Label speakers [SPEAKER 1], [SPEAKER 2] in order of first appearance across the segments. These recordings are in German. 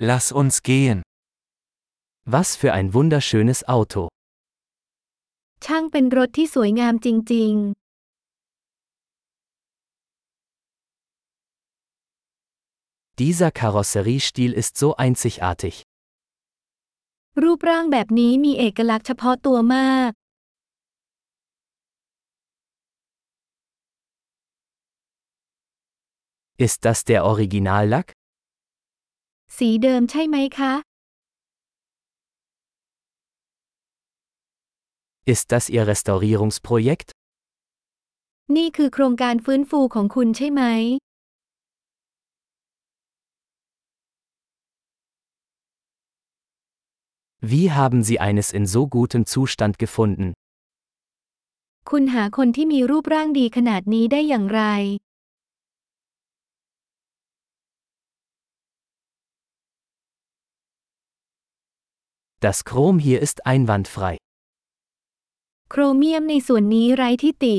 [SPEAKER 1] Lass uns gehen. Was für ein wunderschönes Auto.
[SPEAKER 2] ช่างเป็นรถที่สวยงามจริง
[SPEAKER 1] Dieser Karosseriestil ist so einzigartig.
[SPEAKER 2] ๆ รูปร่างแบบนี้มีเอกลักษณ์เฉพาะตัวมาก
[SPEAKER 1] Ist das der Originallack?
[SPEAKER 2] สีเดิมใช่ไหมคะ
[SPEAKER 1] Ist das Ihr Restaurierungsprojekt?
[SPEAKER 2] นี่คือโครงการฟื้นฟูของคุณใช่ไหม
[SPEAKER 1] Wie haben Sie eines in so gutem Zustand gefunden?
[SPEAKER 2] คุณหาคนที่มีรูปร่างดีขนาดนี้ได้อย่างไร
[SPEAKER 1] Das Chrom hier ist einwandfrei.
[SPEAKER 2] โครเมียมในส่วนนี้ไร้ที่ติ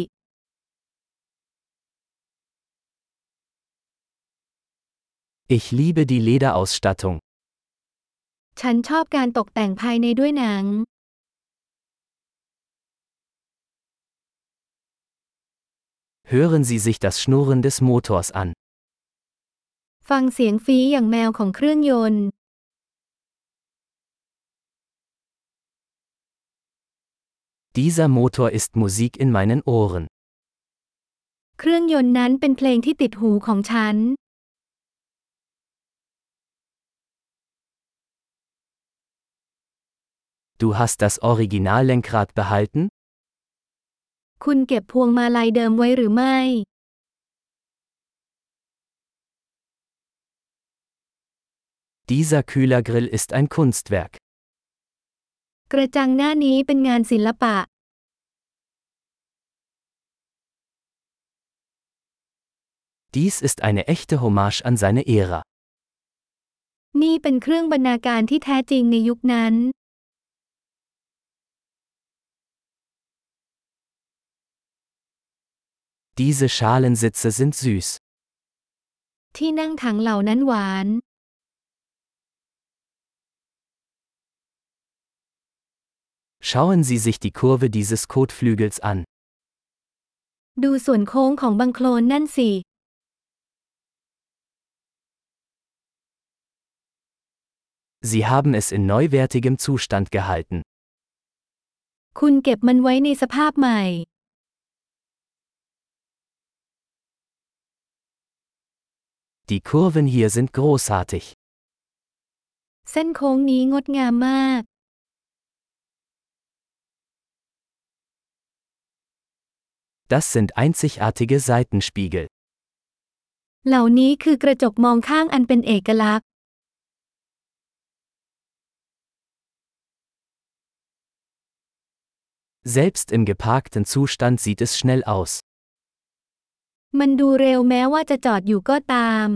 [SPEAKER 1] Ich liebe die Lederausstattung.
[SPEAKER 2] ฉันชอบการตกแต่งภายในด้วยหนัง
[SPEAKER 1] Hören Sie sich das Schnurren des Motors an.
[SPEAKER 2] ฟังเสียงฟีอย่างแมวของเครื่องยนต์
[SPEAKER 1] Dieser Motor ist Musik in meinen Ohren.
[SPEAKER 2] เครื่องยนต์นั้นเป็นเพลงที่ติดหูของฉัน
[SPEAKER 1] Du hast das Originallenkrad behalten?
[SPEAKER 2] คุณเก็บพวงมาลัยเดิมไว้หรือไม่
[SPEAKER 1] Dieser Kühlergrill ist ein Kunstwerk.
[SPEAKER 2] กระจังหน้านี้เป็นงานศิลปะ
[SPEAKER 1] Dies ist eine echte Hommage an seine Ära.
[SPEAKER 2] นี่เป็นเครื่องบรรณาการที่แท้จริงในยุคนั้น
[SPEAKER 1] Diese Schalensitze sind süß.
[SPEAKER 2] ที่นั่งถังเหล่านั้นหวาน
[SPEAKER 1] Schauen Sie sich die Kurve dieses Kotflügels an.
[SPEAKER 2] ดูส่วนโค้งของบังโคลนนั่นสิ
[SPEAKER 1] Sie haben es in neuwertigem Zustand gehalten.
[SPEAKER 2] คุณเก็บมันไว้ในสภาพใหม่
[SPEAKER 1] Die Kurven hier sind großartig.
[SPEAKER 2] เส้นโค้งนี้งดงามมาก
[SPEAKER 1] Das sind einzigartige Seitenspiegel.
[SPEAKER 2] เหล่านี้คือกระจกมองข้างอันเป็นเอกลักษณ์
[SPEAKER 1] Selbst im geparkten Zustand sieht es schnell aus.
[SPEAKER 2] มันดูเร็วแม้ว่าจะจอดอยู่ก็ตาม